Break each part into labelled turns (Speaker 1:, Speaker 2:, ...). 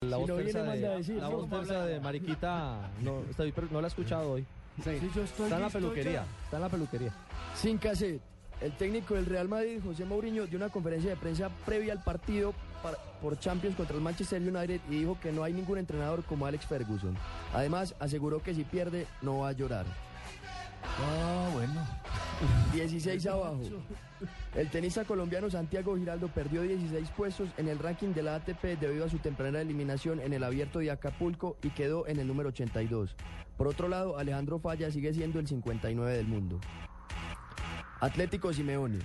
Speaker 1: La voz tersa de, la voz tersa de Mariquita, no, estoy- pero no la he escuchado hoy.
Speaker 2: Sí, yo
Speaker 1: Está
Speaker 2: estoy
Speaker 1: en la
Speaker 2: listo
Speaker 1: peluquería, está en la peluquería.
Speaker 2: ya. Sin cassette. El técnico del Real Madrid, José Mourinho, dio una conferencia de prensa previa al partido para- por Champions contra el Manchester United y dijo que no hay ningún entrenador como Alex Ferguson. Además, aseguró que si pierde, no va a llorar.
Speaker 3: Ah, bueno.
Speaker 2: 16 abajo. El tenista colombiano Santiago Giraldo perdió 16 puestos en el ranking de la ATP debido a su temprana eliminación en el abierto de Acapulco y quedó en el número 82. Por otro lado, Alejandro Falla sigue siendo el 59 del mundo. Atlético Simeone.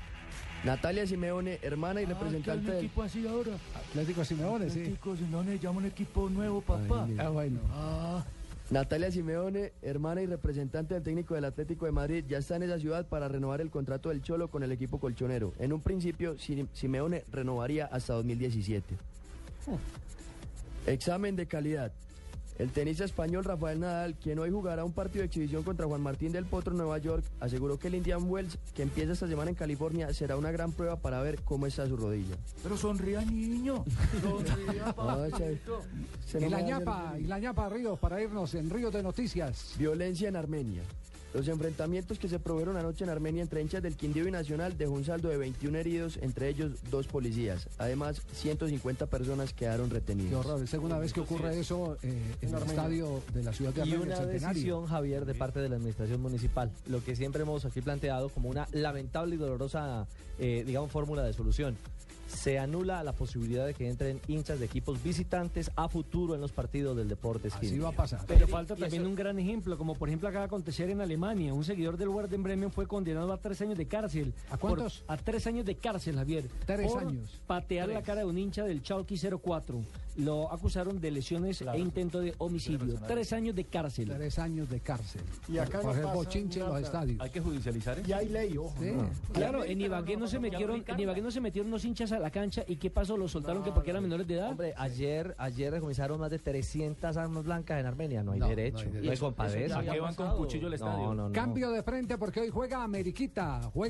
Speaker 2: Natalia Simeone, hermana y
Speaker 3: Representante
Speaker 2: representante
Speaker 3: un
Speaker 2: del...
Speaker 3: equipo así ahora.
Speaker 4: Atlético Simeone, sí.
Speaker 3: Atlético Simeone llama un equipo nuevo, papá.
Speaker 2: Ay, mira.
Speaker 4: Ah, bueno.
Speaker 3: Ah,
Speaker 2: Natalia Simeone, hermana y representante del técnico del Atlético de Madrid, ya está en esa ciudad para renovar el contrato del Cholo con el equipo colchonero. En un principio, Si- Simeone renovaría hasta 2017. Examen de calidad. El tenista español Rafael Nadal, quien hoy jugará un partido de exhibición contra Juan Martín del Potro en Nueva York, aseguró que el Indian Wells, que empieza esta semana en California, será una gran prueba para ver cómo está su rodilla.
Speaker 3: pero sonría, niño. Sonría,
Speaker 2: Ay, se- se no me
Speaker 4: Y la
Speaker 2: va a
Speaker 4: ñapa,
Speaker 2: hacer-
Speaker 4: y la ñapa Ríos para irnos en Ríos de Noticias.
Speaker 2: Violencia en Armenia. Los enfrentamientos que se produjeron anoche en Armenia entre hinchas del Quindío y Nacional dejó un saldo de 21 heridos, entre ellos dos policías. Además, 150 personas quedaron
Speaker 4: Qué
Speaker 2: retenidas.
Speaker 4: horror, es segunda vez que ocurre eso eh, en el estadio de la ciudad
Speaker 1: Y
Speaker 4: de Armenia, el
Speaker 1: una
Speaker 4: centenario.
Speaker 1: decisión, Javier, de parte de la administración municipal, lo que siempre hemos aquí planteado como una lamentable y dolorosa, eh, digamos, fórmula de solución. Se anula la posibilidad de que entren hinchas de equipos visitantes a futuro en los partidos del deporte
Speaker 4: Así
Speaker 1: esquinero.
Speaker 4: va a pasar.
Speaker 5: Pero falta también un gran ejemplo, como por ejemplo acaba de acontecer en Alemania. Un seguidor del Werder Bremen fue condenado a tres años de cárcel.
Speaker 4: ¿A
Speaker 5: por-
Speaker 4: cuántos?
Speaker 5: a tres años de cárcel, Javier.
Speaker 4: Tres
Speaker 5: por
Speaker 4: años.
Speaker 5: Patear la cara de un hincha del Chalky 04. Lo acusaron de lesiones e intento de homicidio. Tres años de cárcel.
Speaker 4: Tres años de cárcel.
Speaker 3: Y acá
Speaker 4: por
Speaker 3: no
Speaker 4: el
Speaker 3: pasa
Speaker 4: bochinche en los
Speaker 3: nada.
Speaker 4: estadios.
Speaker 3: Hay Y hay ley, ojo.
Speaker 4: Sí.
Speaker 5: Claro, en Ibagué no se metieron, en Ibagué no se metieron los hinchas a la cancha y qué pasó, los soltaron que porque eran menores de edad.
Speaker 1: Hombre, ayer, ayer recomendaron más de 300 armas blancas en Armenia. No hay
Speaker 4: No, no hay
Speaker 1: derecho. No
Speaker 4: derecho.
Speaker 1: hay compadres.
Speaker 5: ya había
Speaker 1: van con cuchillo al estadio? No, no, no.
Speaker 4: Cambio de frente porque hoy juega Ameriquita. Juega